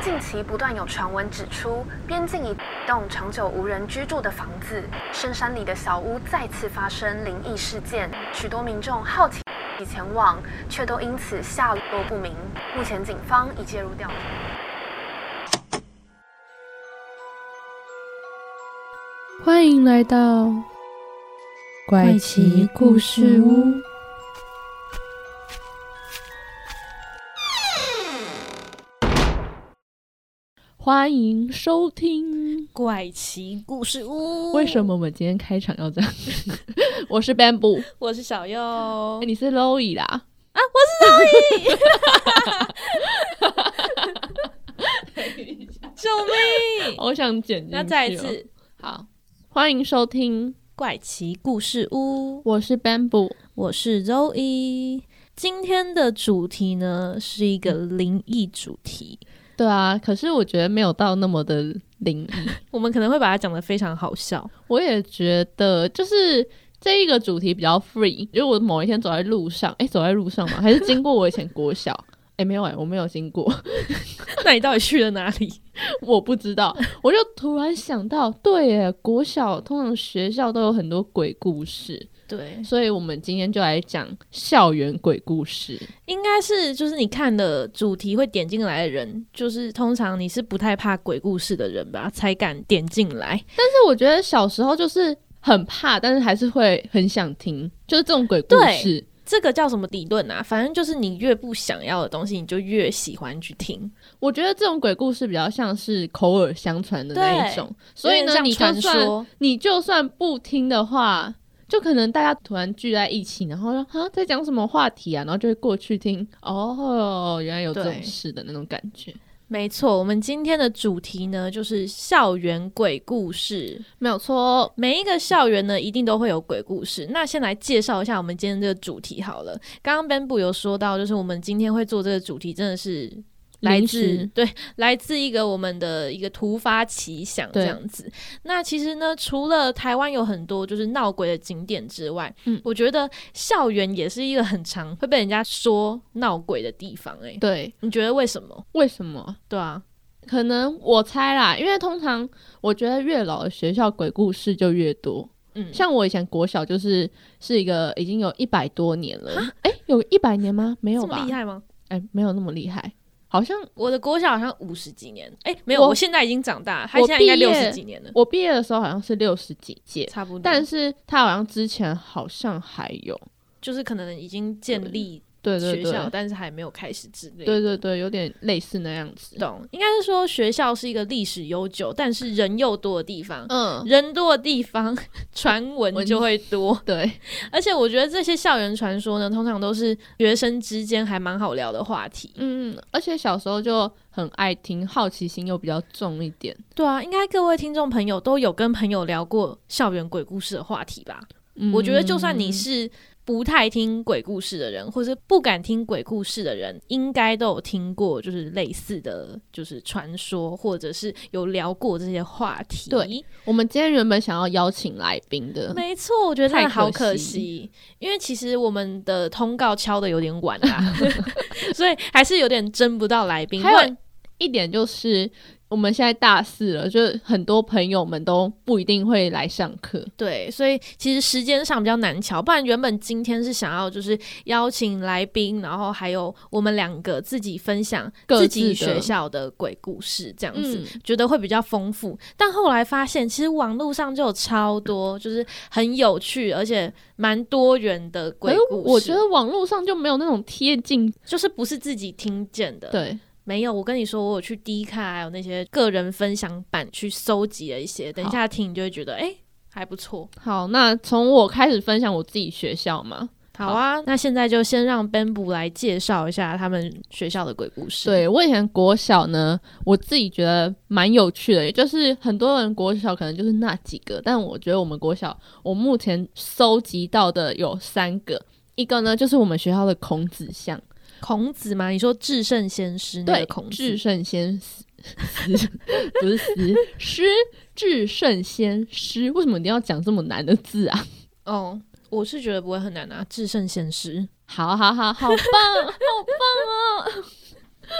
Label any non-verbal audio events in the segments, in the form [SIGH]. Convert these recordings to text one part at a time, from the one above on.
近期不断有传闻指出，边境一栋长久无人居住的房子，深山里的小屋再次发生灵异事件，许多民众好奇前往，却都因此下落不明。目前警方已介入调查。欢迎来到怪奇故事屋。欢迎收听。怪奇故事屋。为什？么我们今天开场要这样？ [LAUGHS] 我是 Bamboo，哎、我是小右。你是 Loey 啦。救命！ [LAUGHS] 我想剪进去、哦那再一。次，好，欢迎收听，怪奇故事屋。我是 Bamboo。我是 Zoe。今天的主题呢是一个灵异主题，对啊，可是我觉得没有到那么的 [LAUGHS] 灵异。我们可能会把它讲得非常好笑。 [LAUGHS] 我也觉得，就是这一个主题比较 free。如果某一天走在路上，哎、走在路上吗？还是经过我以前国小？哎、没有哎、我没有经过，那你到底去了哪里？我不知 [LAUGHS] 道。我就突然想到，对耶，国小通常学校都有很多鬼故事，对，所以我们今天就来讲校园鬼故事。应该是就是你看的主题会点进来的人，就是通常你是不太怕鬼故事的人吧，才敢点进来。但是我觉得小时候就是很怕，但是还是会很想听，就是这种鬼故对事。这个叫什么理论啊？反正就是你越不想要的东西，你就越喜欢去听。我觉得这种鬼故事比较像是口耳相传的那一种，所以有呢，点你像就传算说，你就算不听的话，就可能大家突然聚在一起，然后说啊在讲什么话题啊，然后就会过去听哦，原来有这种对事的那种感觉。没错。我们今天的主题呢，就是校园鬼故事。没有错，每一个校园呢，一定都会有鬼故事。那先来介绍一下我们今天这个主题好了。刚刚 Bamboo 有说到，就是我们今天会做这个主题，真的是来临自时对来自一个我们的一个突发奇想这对样子。那其实呢，除了台湾有很多就是闹鬼的景点之外，嗯我觉得校园也是一个很常会被人家说闹鬼的地方、欸。对，你觉得为什么？为什么？对啊，可能我猜啦，因为通常我觉得越老的学校鬼故事就越多。嗯，像我以前国小就是是一个已经有一百多年了，哎、有一百年吗？没有这吧？么厉害吗？哎、没有那么厉害，好像我的国小好像五十几年，哎、没有，我我现在已经长大，他我现在应该毕业六十几年了，我毕业的时候好像是六十几届，差不多。但是他好像之前好像还有，就是可能已经建立对对学对，校，但是还没有开始之类的。对对对，有点类似那样子。懂，应该是说学校是一个历史悠久，但是人又多的地方。嗯，人多的地方， [LAUGHS] 传闻闻就会多。对，而且我觉得这些校园传说呢，通常都是学生之间还蛮好聊的话题。嗯，而且小时候就很爱听，好奇心又比较重一点。对啊，应该各位听众朋友都有跟朋友聊过校园鬼故事的话题吧？嗯我觉得就算你是不太听鬼故事的人，或是不敢听鬼故事的人，应该都有听过，就是类似的就是传说，或者是有聊过这些话题。对，我们今天原本想要邀请来宾的，没错，我觉得真的好嗯太可可惜，因为其实我们的通告敲的有点晚 [LAUGHS] 啦，所以还是有点争不到来宾。还不有然一点就是，我们现在大四了，就是很多朋友们都不一定会来上课。对，所以其实时间上比较难瞧。不然原本今天是想要就是邀请来宾，然后还有我们两个自己分享各自自己的学校的鬼故事这样子。嗯，觉得会比较丰富，但后来发现，其实网络上就有超嗯多，就是很有趣，而且蛮多元的可鬼是故事。我觉得网络上就没有那种贴近，就是不是自己听见的，，对，没有。我跟你说，我有去 D 卡还有那些个人分享版去搜集了一些，等一下听你就会觉得，哎、还不错。好，那从我开始分享我自己学校嘛。好啊，那现在就先让 Bamboo 来介绍一下他们学校的鬼故事。，对我以前国小呢，我自己觉得蛮有趣的，就是很多人国小可能就是那几个，但我觉得我们国小，我目前收集到的有三个，一个呢就是我们学校的孔子像，孔子嘛，你说至圣先师那对个，孔至子，圣先师，师 [LAUGHS] 不是师师至圣先师，为什么一定要讲这么难的字啊？哦，我是觉得不会很难啊，至圣先师。好好好，好棒，好棒哦！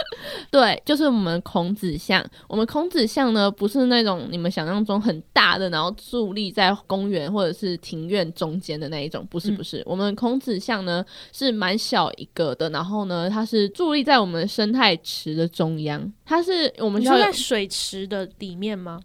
[LAUGHS] 对，就是我们孔子像。我们孔子像呢，不是那种你们想象中很大的，然后伫立在公园或者是庭院中间的那一种，不是嗯不是。我们孔子像呢是蛮小一个的，然后呢，它是伫立在我们生态池的中央，它是我们你学说校有在水池的里面吗？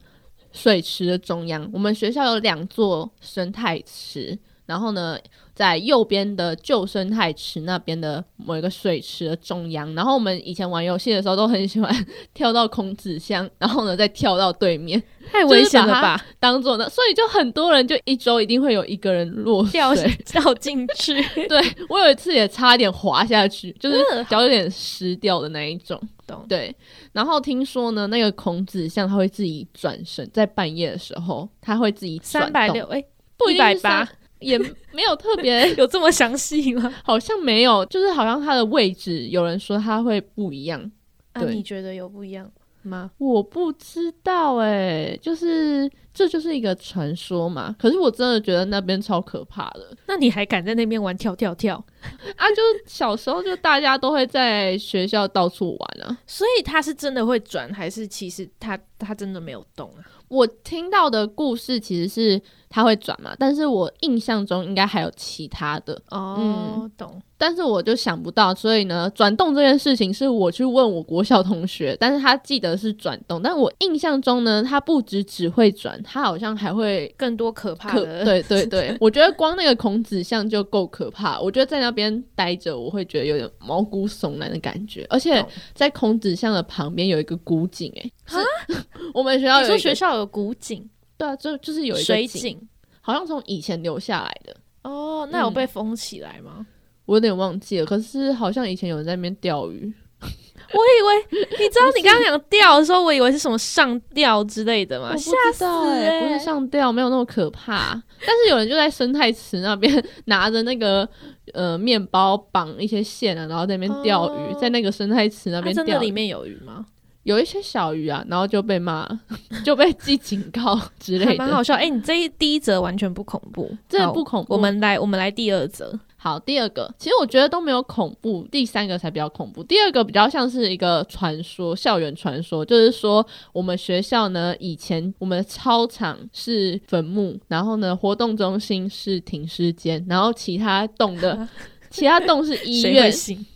水池的中央，我们学校有两座生态池，然后呢，在右边的旧生态池那边的某一个水池的中央，然后我们以前玩游戏的时候都很喜欢 [LAUGHS] 跳到孔子箱，然后呢再跳到对面，太危险了吧？当做呢，所以就很多人就一周一定会有一个人落掉水。 [LAUGHS] 掉进去， [LAUGHS] 对我有一次也差一点滑下 [LAUGHS] 去，就是嗯脚有点湿掉的那一种。懂对，然后听说呢，那个孔子像他会自己转身，在半夜的时候他会自己转三百动六，哎，不一定是180三，也没有特 [LAUGHS] 别，有这么详细吗？好像没有，就是好像它的位置，有人说它会不一样，啊，对你觉得有不一样吗？我不知道哎、就是这就是一个传说嘛。可是我真的觉得那边超可怕的，那你还敢在那边玩跳跳跳？啊，就是小时候就大家都会在学校到处玩啊。所以他是真的会转，还是其实他他真的没有动啊？我听到的故事其实是它会转嘛，但是我印象中应该还有其他的，哦，嗯懂。但是我就想不到，所以呢，转动这件事情是我去问我国小同学，但是他记得是转动，但我印象中呢，他不止只会转，他好像还会。更多可怕可的，对对对， [LAUGHS] 我觉得光那个孔子像就够可怕。我觉得在那边待着，我会觉得有点毛骨悚然的感觉。而且懂在孔子像的旁边有一个古井、欸，哎， [LAUGHS] 我们学校有你说一个学校有古井、对啊，就就是有一个水井，井好像从以前留下来的，哦，那有被嗯封起来吗？我有点忘记了。可是好像以前有人在那边钓鱼，我以为你知道你刚刚讲钓的时候，我以为是什么上吊之类的嘛，我不啊吓知死道欸不欸是上吊，没有那么可怕。但是有人就在生态池那边拿着那个呃面包绑一些线啊，然后在那边钓鱼，哦在那个生态池那啊边真的钓里鱼，面有鱼吗？有一些小鱼啊，然后就被骂， [LAUGHS] 就被记警告之还类蛮的好。笑。哎、你这一第一则完全不恐怖，这好不恐怖我们来，我们来第二则。好，第二个其实我觉得都没有恐怖，第三个才比较恐怖。第二个比较像是一个传说，校园传说，就是说我们学校呢以前我们的操场是坟墓，然后呢活动中心是停尸间，然后其他栋 [LAUGHS] 的其他栋是医谁院嗯会，信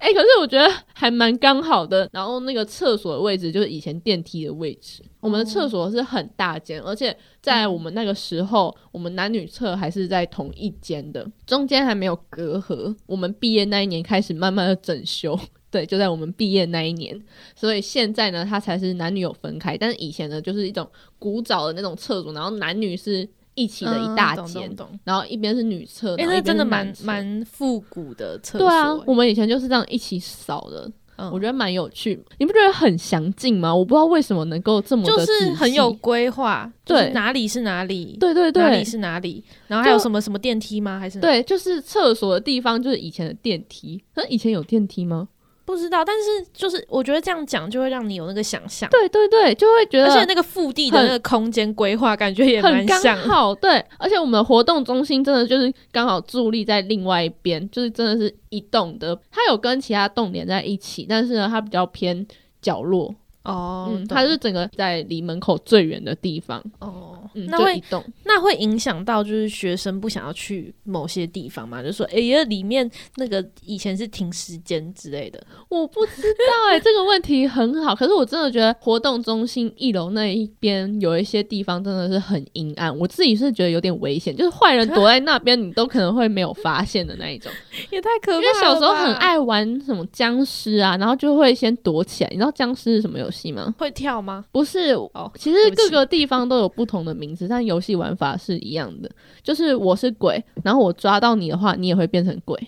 哎、可是我觉得还蛮刚好的。然后那个厕所的位置就是以前电梯的位置，我们的哦厕所是很大间，而且嗯在我们那个时候，我们男女厕还是在同一间的，中间还没有隔阂。我们毕业那一年开始慢慢的整修。 [LAUGHS] 对，就在我们毕业那一年，所以现在呢，它才是男女有分开。但是以前呢，就是一种古早的那种厕所，然后男女是一起的一大嗯懂间，懂懂。然后一边是女厕，哎、然后那一边真的是男蛮厕蛮复古的厕所、对啊哎，我们以前就是这样一起扫的，嗯我觉得蛮有趣。你不觉得很详尽吗？我不知道为什么能够这么的就是仔很有细规划，就是对哪里是哪里，对对哪里对是哪里，然后还有就什么什么电梯吗？还是哪对，就是厕所的地方就是以前的电梯，那以前有电梯吗？不知道，但是就是我觉得这样讲就会让你有那个想象，对对对，就会觉而且得。那个腹地的那个空间规划感觉也很蛮刚像。好，对，而且我们活动中心真的就是刚好伫立在另外一边，就是真的是一栋的，它有跟其他栋连在一起，但是呢，它比较偏角落，哦，嗯，懂它是整个在离门口最远的地方，哦，嗯，那就一会栋。那会影响到就是学生不想要去某些地方嘛？就说哎呀，里面那个以前是停时间之类的，我不知道哎、 [LAUGHS] 这个问题很好，可是我真的觉得活动中心一楼那一边有一些地方真的是很阴暗，我自己是觉得有点危险，就是坏人躲在那边，你都可能会没有发现的那一种。也太可怕因为小时候很爱玩什么僵尸啊，然后就会先躲起来。你知道僵尸是什么游戏吗？会跳吗？不是，哦，其对实不起各个地方都有不同的名字，但游戏玩法是一样的。就是我是鬼，然后我抓到你的话，你也会变成鬼，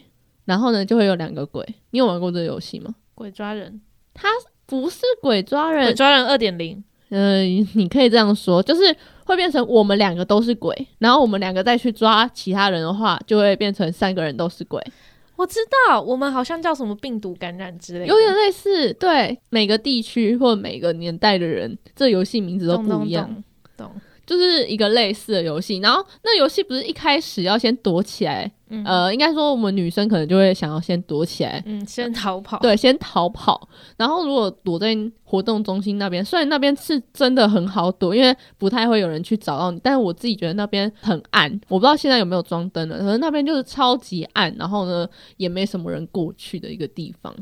然后呢就会有两个鬼。你有玩过这个游戏吗？鬼抓人，不是鬼抓鬼人，抓人二点零，呃，你可以这样说，就是会变成我们两个都是鬼，然后我们两个再去抓其他人的话，就会变成三个人都是鬼，我知道，我们好像叫什么病毒感染之类的，有点类似。对，每个地区或每个年代的人，这游戏名字都懂不懂一样。懂懂，就是一个类似的游戏。然后那游戏不是一开始要先躲起来，嗯呃，应该说我们女生可能就会想要先躲起来，嗯，先逃跑。对，先逃跑。然后如果躲在活动中心那边，虽然那边是真的很好躲，因为不太会有人去找到你，但是我自己觉得那边很暗，我不知道现在有没有装灯了，可是那边就是超级暗，然后呢也没什么人过去的一个地方，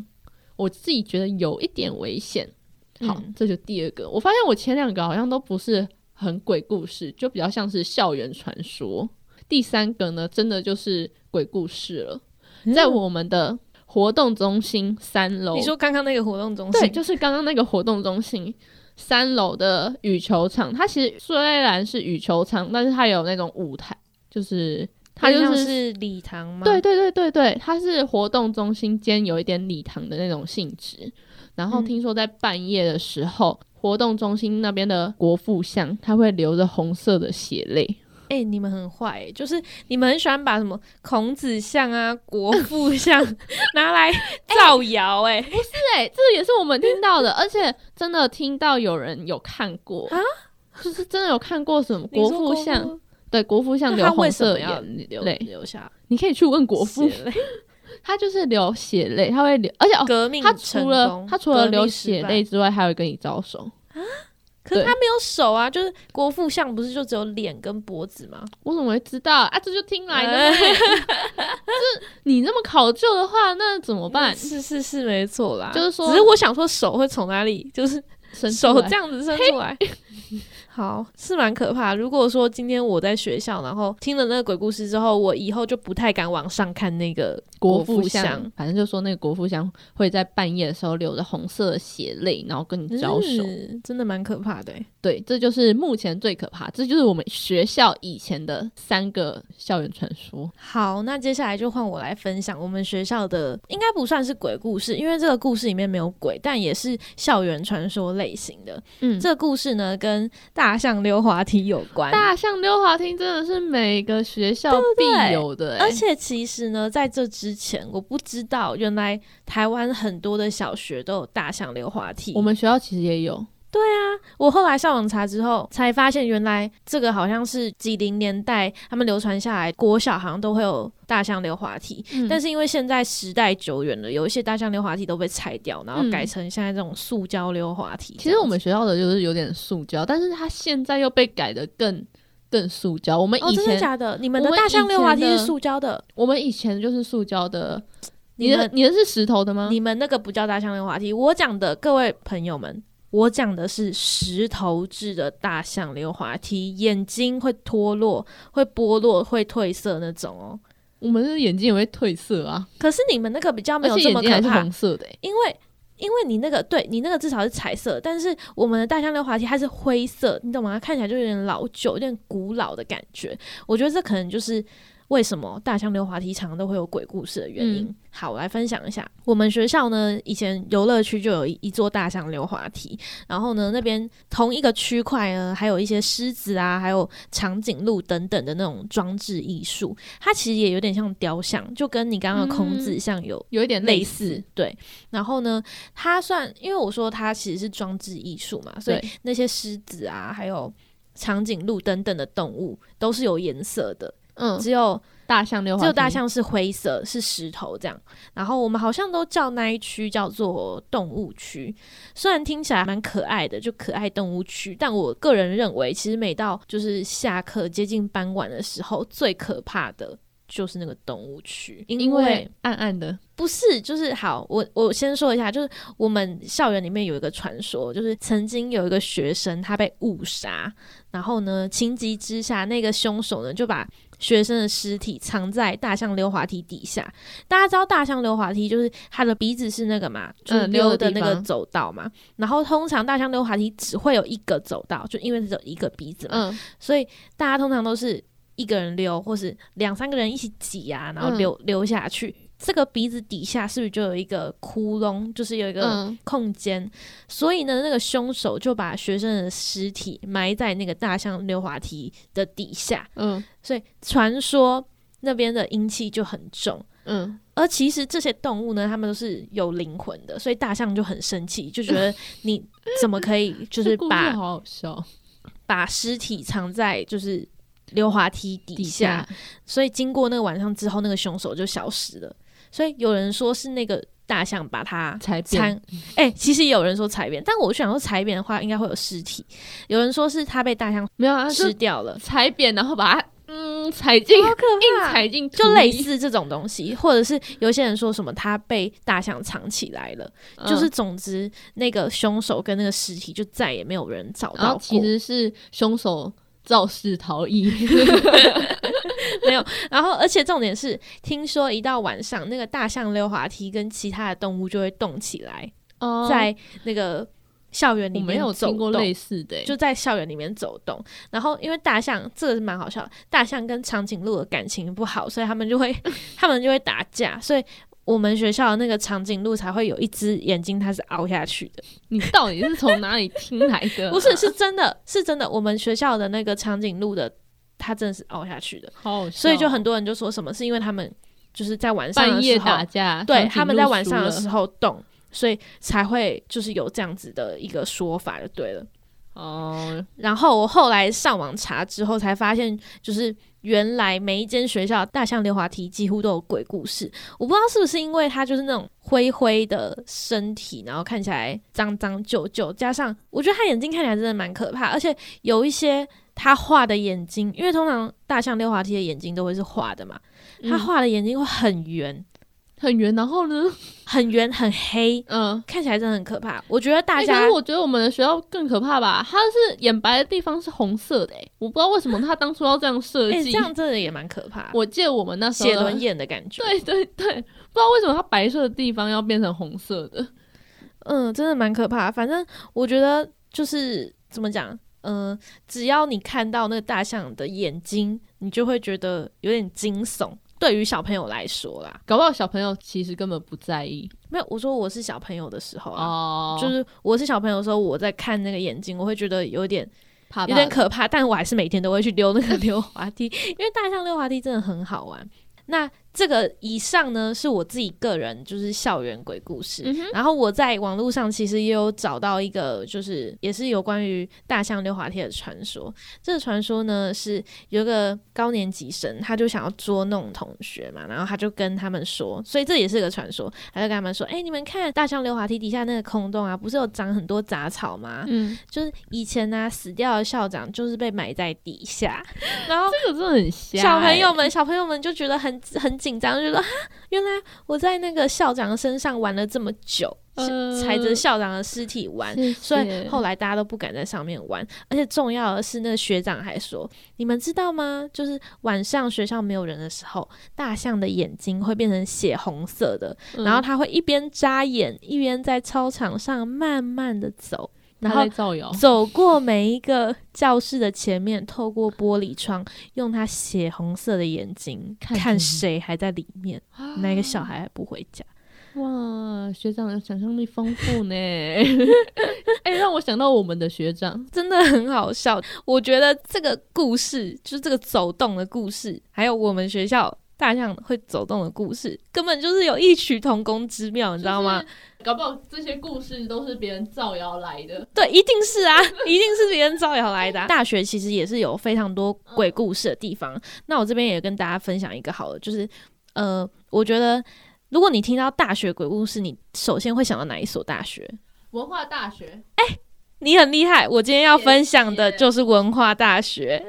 我自己觉得有一点危险。好，嗯这就第二个。我发现我前两个好像都不是很鬼故事，就比较像是校园传说。第三个呢，真的就是鬼故事了，在我们的活动中心三楼。嗯你说刚刚那个活动中心，对，就是刚刚那个活动中心三楼的羽球场，它其实虽然是羽球场，但是它有那种舞台，就是它就有点是像是礼堂吗？对，对对对对，它是活动中心兼有一点礼堂的那种性质。然后嗯听说在半夜的时候，活动中心那边的国父像，它会流着红色的血泪。哎、你们很坏、欸，就是你们很喜欢把什么孔子像啊、国父像拿来造谣、欸，哎、对，这也是我们听到的，而且真的听到有人有看过啊，就是真的有看过什么你国说父像，父，对，国父像那流他红为什色么的要眼留泪，留下你可以去问国父，血泪？他就是流血泪，他会流，而且哦，革命他成除了功他除了革命流失血败泪之外，还会跟你招手。可是对他没有手啊，就是国父像不是就只有脸跟脖子吗？我怎么会知道啊？这就听来 [LAUGHS] 的嘛。就是你这么考究的话，那怎么办？是是是，没错啦。就是说只是我想说手会从哪里，就是伸出手来这样子伸出来。 [LAUGHS] 好，是蛮可怕。如果说今天我在学校，然后听了那个鬼故事之后，我以后就不太敢往上看那个国父父像，反正就说那个国父像会在半夜的时候流着红色的血泪，然后跟你招手。嗯真的蛮可怕的欸。对，这就是目前最可怕，这就是我们学校以前的三个校园传说。好，那接下来就换我来分享我们学校的，应该不算是鬼故事，因为这个故事里面没有鬼，但也是校园传说类型的。嗯，这个故事呢，跟大象溜滑梯有关。大象溜滑梯真的是每个学校对必有的、欸，而且其实呢，在这之前，我不知道原来台湾很多的小学都有大象溜滑梯。我们学校其实也有。我后来上网查之后，才发现原来这个好像是几零年代他们流传下来，国小好像都会有大象溜滑梯。但是是因为现在时代久远了，有一些大象溜滑梯都被拆掉，然后改成现在这种塑胶溜滑梯这样子。嗯其实我们学校的就是有点塑胶，但是它现在又被改的更更塑胶。我们哦，以真的前、假的？你们我的们大象溜滑梯以前是的塑胶的？我们以前就是塑胶的，你你的们你的是石头的吗？你们那个不叫大象溜滑梯，我讲的各位朋友们，我讲的是石头制的大象溜滑梯，眼睛会脱落、会剥落、会褪色那种哦。我们的眼睛也会褪色啊，可是你们那个比较没而有且这眼么睛还可是怕红，色的、欸。因为。因为你那个对你那个至少是彩色，但是我们的大象溜滑梯它是灰色，你懂吗？看起来就有点老旧，有点古老的感觉。我觉得这可能就是为什么大象溜滑梯常常都会有鬼故事的原因。嗯好，我来分享一下。我们学校呢，以前游乐区就有一一座大象溜滑梯，然后呢，那边同一个区块呢，还有一些狮子啊，还有长颈鹿等等的那种装置艺术。它其实也有点像雕像，就跟你刚刚的孔子嗯像有有一点类似似，，对。然后呢，它算，因为我说它其实是装置艺术嘛，所以对，那些狮子啊，还有长颈鹿等等的动物都是有颜色的，嗯，只有大象溜滑梯，只有大，象是灰色，是石头这样。然后我们好像都叫那一区叫做动物区，虽然听起来蛮可爱的，就可爱动物区，但我个人认为，其实每到就是下课接近傍晚的时候，最可怕的。就是那个动物区，因为暗暗的，不是，就是好，我我先说一下，就是我们校园里面有一个传说，就是曾经有一个学生他被误杀，然后呢，情急之下，那个凶手呢就把学生的尸体藏在大象溜滑梯底下。大家知道大象溜滑梯就是它的鼻子是那个嘛，就是嗯溜溜的的地那个方走道嘛，然后通常大象溜滑梯只会有一个走道，就因为只有一个鼻子嘛，嗯，所以大家通常都是一个人溜，或是两三个人一起挤啊，然后嗯溜、溜下去。这个鼻子底下是不是就有一个窟窿，就是有一个嗯，空间？所以呢，那个凶手就把学生的尸体埋在那个大象溜滑梯的底下，嗯，所以传说那边的阴气就很重。嗯，而其实这些动物呢，它们都是有灵魂的， [LAUGHS] 所以大象就很生气，就觉得你怎么可以就是这故事把好好笑，把尸体藏在就是溜滑梯底底下，下所以经过那个晚上之后，那个凶手就消失了。所以有人说是那个大象把它才参变，哎、其实也有人说踩扁，但我想说踩扁的话，应该会有尸体。有人说是他被大象没有啊，吃是掉了，踩扁，然后把它嗯踩进，硬可踩进土里，啊就类似这种东西，或者是有些人说什么他被大象藏起来了，嗯，就是总之那个凶手跟那个尸体就再也没有人找然到后过。其实是凶手肇事逃 [LAUGHS] 逸，然后，而且重点是，听说一到晚上，那个大象溜滑梯跟其他的动物就会动起来，哦在那个校园里我没面有听过走动类似的欸，就在校园里面走动。然后因为大象这个是蛮好笑的，大象跟长颈鹿的感情不好，所以他们就会 [LAUGHS] 他们就会打架，所以。我们学校的那个长颈鹿才会有一只眼睛，它是凹下去的，你到底是从哪里听来的啊？ [LAUGHS] 不是是真的，是真的。我们学校的那个长颈鹿的，它真的是凹下去的，好好笑哦，所以就很多人就说什么是因为他们就是在晚上的半夜时候打架，对，长颈他们鹿在晚输上的了时候动，所以才会就是有这样子的一个说法就对了。哦，然后我后来上网查之后才发现，就是原来每一间学校的大象溜滑梯几乎都有鬼故事。我不知道是不是因为它就是那种灰灰的身体，然后看起来脏脏旧旧，加上我觉得它眼睛看起来真的蛮可怕，而且有一些。它画的眼睛，因为通常大象溜滑梯的眼睛都会是画的嘛，它嗯画的眼睛会很圆、很圆，然后呢，很圆、很黑，嗯。看起来真的很可怕。哎我觉得大欸可家、是我觉得我们的学校更可怕吧？它是眼白的地方是红色的、欸，我不知道为什么他当初要这样设哎、计。这样真的也蛮可怕的，我记得我们那时候写的轮眼的感 [LAUGHS] 觉，对对对，不知道为什么它白色的地方要变成红色的。嗯，真的蛮可怕。反正我觉得就是怎么讲，嗯、只要你看到那个大象的眼睛，你就会觉得有点惊悚。对于小朋友来说啦，搞不好小朋友其实根本不在意没有，我说我是小朋友的时候啊，哦，就是我是小朋友的时候，我在看那个眼睛，我会觉得有点怕怕有点可怕，但我还是每天都会去溜那个 [LAUGHS] 溜滑梯，因为大象溜滑梯真的很好玩。那这个以上呢，是我自己个人就是校园鬼故事。嗯哼然后我在网络上其实也有找到一个，就是也是有关于大象溜滑梯的传说。这个传说呢是有一个高年级生，他就想要捉弄同学嘛，然后他就跟他们说，所以这也是个传说，他就跟他们说：“哎、你们看大象溜滑梯底下那个空洞啊，不是有长很多杂草吗？嗯，就是以前呢、死掉的校长就是被埋在 [LAUGHS] 底下，然后这个真的很瞎、小朋友欸们小朋友们就觉得很很紧张，就觉得哈，原来我在那个校长身上玩了这么久，呃踩着校长的尸体玩。谢所以谢后来大家都不敢在上面玩，而且重要的是，那个学长还说：“你们知道吗？就是晚上学校没有人的时候，大象的眼睛会变成血红色的，嗯然后它会一边眨眼，一边在操场上慢慢的走，然他后在造谣，走过每一个教室的前面，透过玻璃窗，用他血红色的眼睛看看着谁还在里面，哪个小孩还不回家。啊哇，学长的想象力丰富 [LAUGHS] 呢，哎、让我想到我们的学长，真的很好笑。我觉得这个故事，就是这个走动的故事，还有我们学校大象会走动的故事，根本就是有异曲同工之妙，你知道吗？？搞不好这些故事都是别人造谣来的。对，一定是啊， [LAUGHS] 一定是别人造谣来的啊、大学其实也是有非常多鬼故事的地方。那我这边也跟大家分享一个好了，就是呃，我觉得如果你听到大学鬼故事，你首先会想到哪一所大学？文化大 [LAUGHS] 学，你很厉害，我今天要分享的谢谢就是文化大学。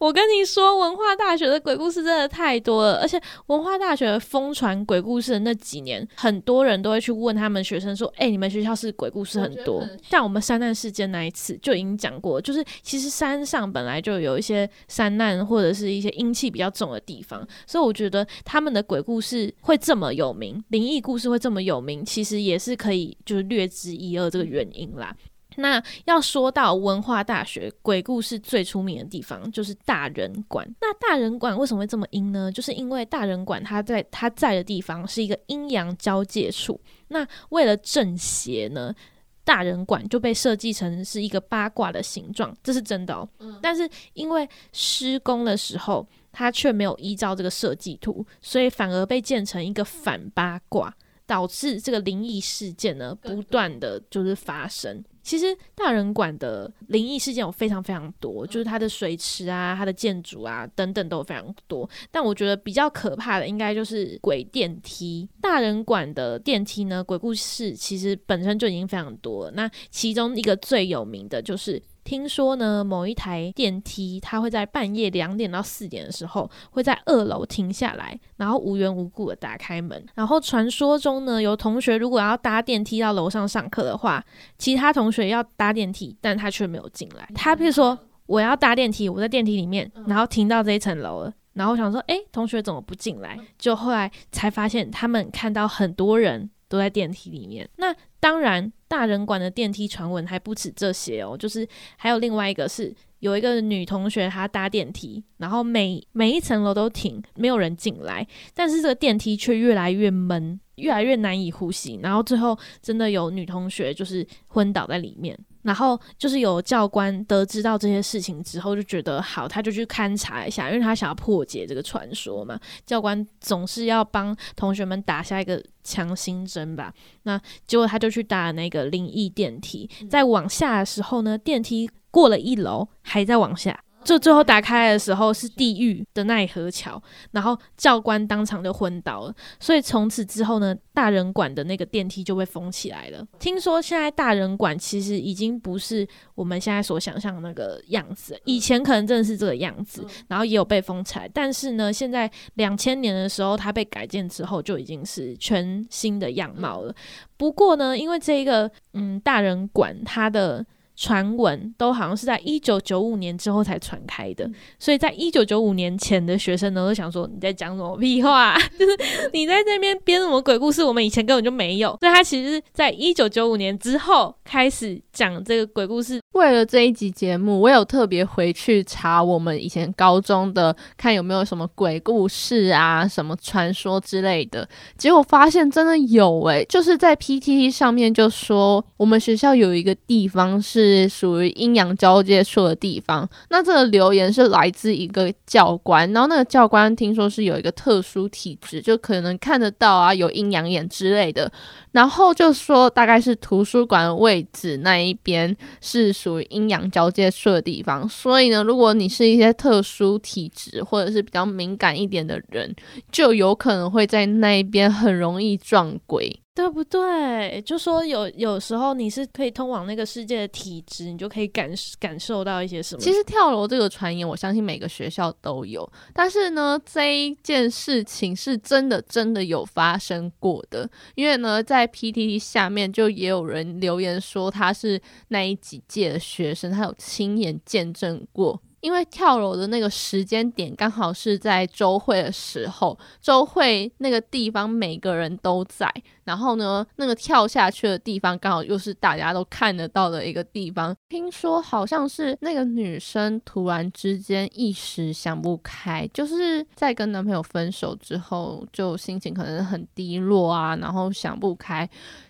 我跟你说，文化大学的鬼故事真的太多了，而且文化大学疯传鬼故事的那几年，很多人都会去问他们学生说：“哎、你们学校是鬼故事很我多觉得很？”像我们山难事件那一次就已经讲过，就是其实山上本来就有一些山难或者是一些阴气比较重的地方，所以我觉得他们的鬼故事会这么有名，灵异故事会这么有名，其实也是可以就是略知一二这个原因啦。那要说到文化大学鬼故事最出名的地方，就是大人馆。那大人馆为什么会这么阴呢？就是因为大人馆它在它在的地方是一个阴阳交界处。那为了正邪呢，大人馆就被设计成是一个八卦的形状，这是真的哦。但是因为施工的时候，它却没有依照这个设计图，所以反而被建成一个反八卦。导致这个灵异事件呢不断的就是发生。其实大人馆的灵异事件有非常非常多，就是它的水池啊、它的建筑啊等等都有非常多。但我觉得比较可怕的应该就是鬼电梯。大人馆的电梯呢，鬼故事其实本身就已经非常多了。那其中一个最有名的就是。听说呢，某一台电梯，它会在半夜两点到四点的时候，会在二楼停下来，然后无缘无故的打开门。然后传说中呢，有同学如果要搭电梯到楼上上课的话，其他同学要搭电梯，但他却没有进来。他譬如说，我要搭电梯，我在电梯里面，然后停到这一层楼了。然后我想说，诶，同学怎么不进来？就后来才发现，他们看到很多人都在电梯里面。那当然，大人馆的电梯传闻还不止这些哦，就是还有另外一个是有一个女同学她搭电梯，然后每每一层楼都停，没有人进来，但是这个电梯却越来越闷，越来越难以呼吸，然后最后真的有女同学就是昏倒在里面。然后就是有教官得知到这些事情之后，就觉得好，他就去勘察一下，因为他想要破解这个传说嘛。教官总是要帮同学们打下一个强心针吧。那结果他就去打那个灵异电梯，在往下的时候呢，电梯过了一楼还在往下，就最后打开的时候是地狱的奈何桥，然后教官当场就昏倒了。所以从此之后呢，大人馆的那个电梯就被封起来了。听说现在大人馆其实已经不是我们现在所想象的那个样子，以前可能真的是这个样子，然后也有被封起来。但是呢，现在两千年的时候，它被改建之后，就已经是全新的样貌了。不过呢，因为这一个嗯大人馆它的传闻都好像是在一九九五年之后才传开的，所以在一九九五年前的学生呢，都想说你在讲什么屁话、 [LAUGHS] 就是你在这边编什么鬼故事，我们以前根本就没有。所以他其实是在一九九五年之后开始讲这个鬼故事，为了这一集节目，我有特别回去查我们以前高中的，看有没有什么鬼故事啊、什么传说之类的。结果发现真的有欸诶、就是在 PTT 上面就说我们学校有一个地方是属于阴阳交界处的地方。那这个留言是来自一个教官，然后那个教官听说是有一个特殊体质，就可能看得到啊，有阴阳眼之类的。然后就说大概是图书馆的位置那一边是属于阴阳交界处的地方，所以呢，如果你是一些特殊体质或者是比较敏感一点的人，就有可能会在那一边很容易撞鬼。对不对？就说有有时候你是可以通往那个世界的体质，你就可以感感受到一些什么。其实跳楼这个传言，我相信每个学校都有，但是呢，这一件事情是真的真的有发生过的，因为呢，在 PTT 下面就也有人留言说他是那一几届的学生，他有亲眼见证过。因为跳楼的那个时间点刚好是在周会的时候，周会那个地方每个人都在，然后呢，那个跳下去的地方刚好又是大家都看得到的一个地方。听说好像是那个女生突然之间一时想不开，就是在跟男朋友分手之后，就心情可能很低落啊，然后想不开，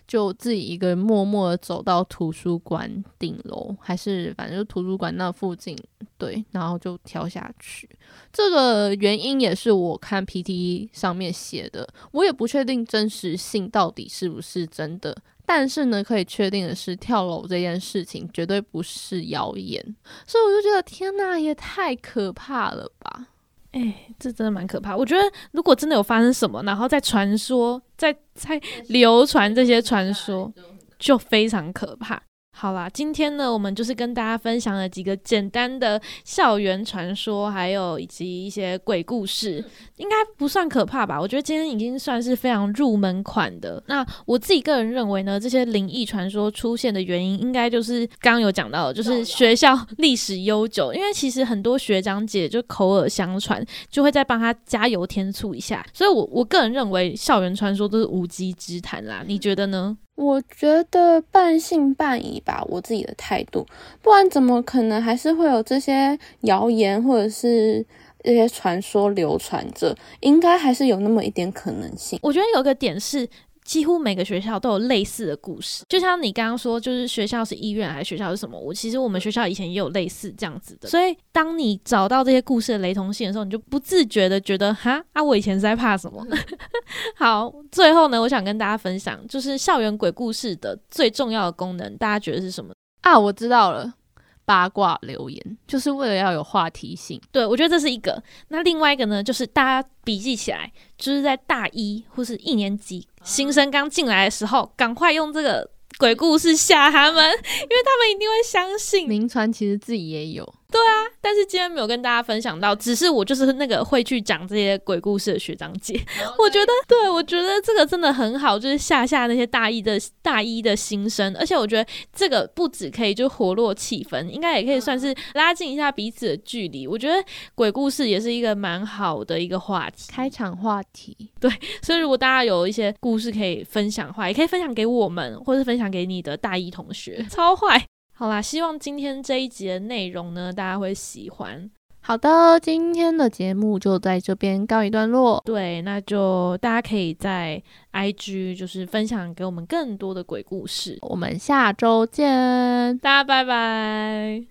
就自己一个人默默的走到图书馆顶楼，还是反正就图书馆那附近，对，然后就跳下去。这个原因也是我看 PTE 上面写的，我也不确定真实性到底是不是真的。但是呢，可以确定的是，跳楼这件事情绝对不是谣言，所以我就觉得天呐，也太可怕了吧！哎、这真的蛮可怕。我觉得如果真的有发生什么，然后再传说，再再流传这些传说，就非常可怕。好啦，今天呢，我们就是跟大家分享了几个简单的校园传说，还有以及一些鬼故事，应该不算可怕吧？我觉得今天已经算是非常入门款的。那我自己个人认为呢，这些灵异传说出现的原因，应该就是刚刚有讲到的，就是学校历史悠久，因为其实很多学长姐就口耳相传，就会再帮他加油添醋一下。所以我我个人认为，校园传说都是无稽之谈啦。你觉得呢？我觉得半信半疑吧，我自己的态度，不然怎么可能还是会有这些谣言或者是这些传说流传着？应该还是有那么一点可能性。我觉得有个点是，几乎每个学校都有类似的故事，就像你刚刚说，就是学校是医院还是学校是什么？我其实我们学校以前也有类似这样子的，所以当你找到这些故事的雷同性的时候，你就不自觉的觉得哈啊，我以前是在怕什么？ [LAUGHS] 好，最后呢，我想跟大家分享，就是校园鬼故事的最重要的功能，大家觉得是什么？啊，我知道了，八卦留言就是为了要有话题性。对，我觉得这是一个。那另外一个呢，就是大家笔记起来，就是在大一或是一年级新生刚进来的时候，赶快用这个鬼故事吓他们，因为 [LAUGHS] 他们一定会相信。名传其实自己也有，但是今天没有跟大家分享到，只是我就是那个会去讲这些鬼故事的学长姐。 [LAUGHS] 我觉得，对我觉得这个真的很好，就是吓吓那些大一的大一的新生，而且我觉得这个不止可以就活络气氛，应该也可以算是拉近一下彼此的距离。我觉得鬼故事也是一个蛮好的一个话题，开场话题。所以如果大家有一些故事可以分享的话，也可以分享给我们，或是分享给你的大一同学，超坏。好啦，希望今天这一集的内容呢，大家会喜欢。好的，今天的节目就在这边告一段落。对，那就大家可以在 IG 就是分享给我们更多的鬼故事。我们下周见。大家拜拜。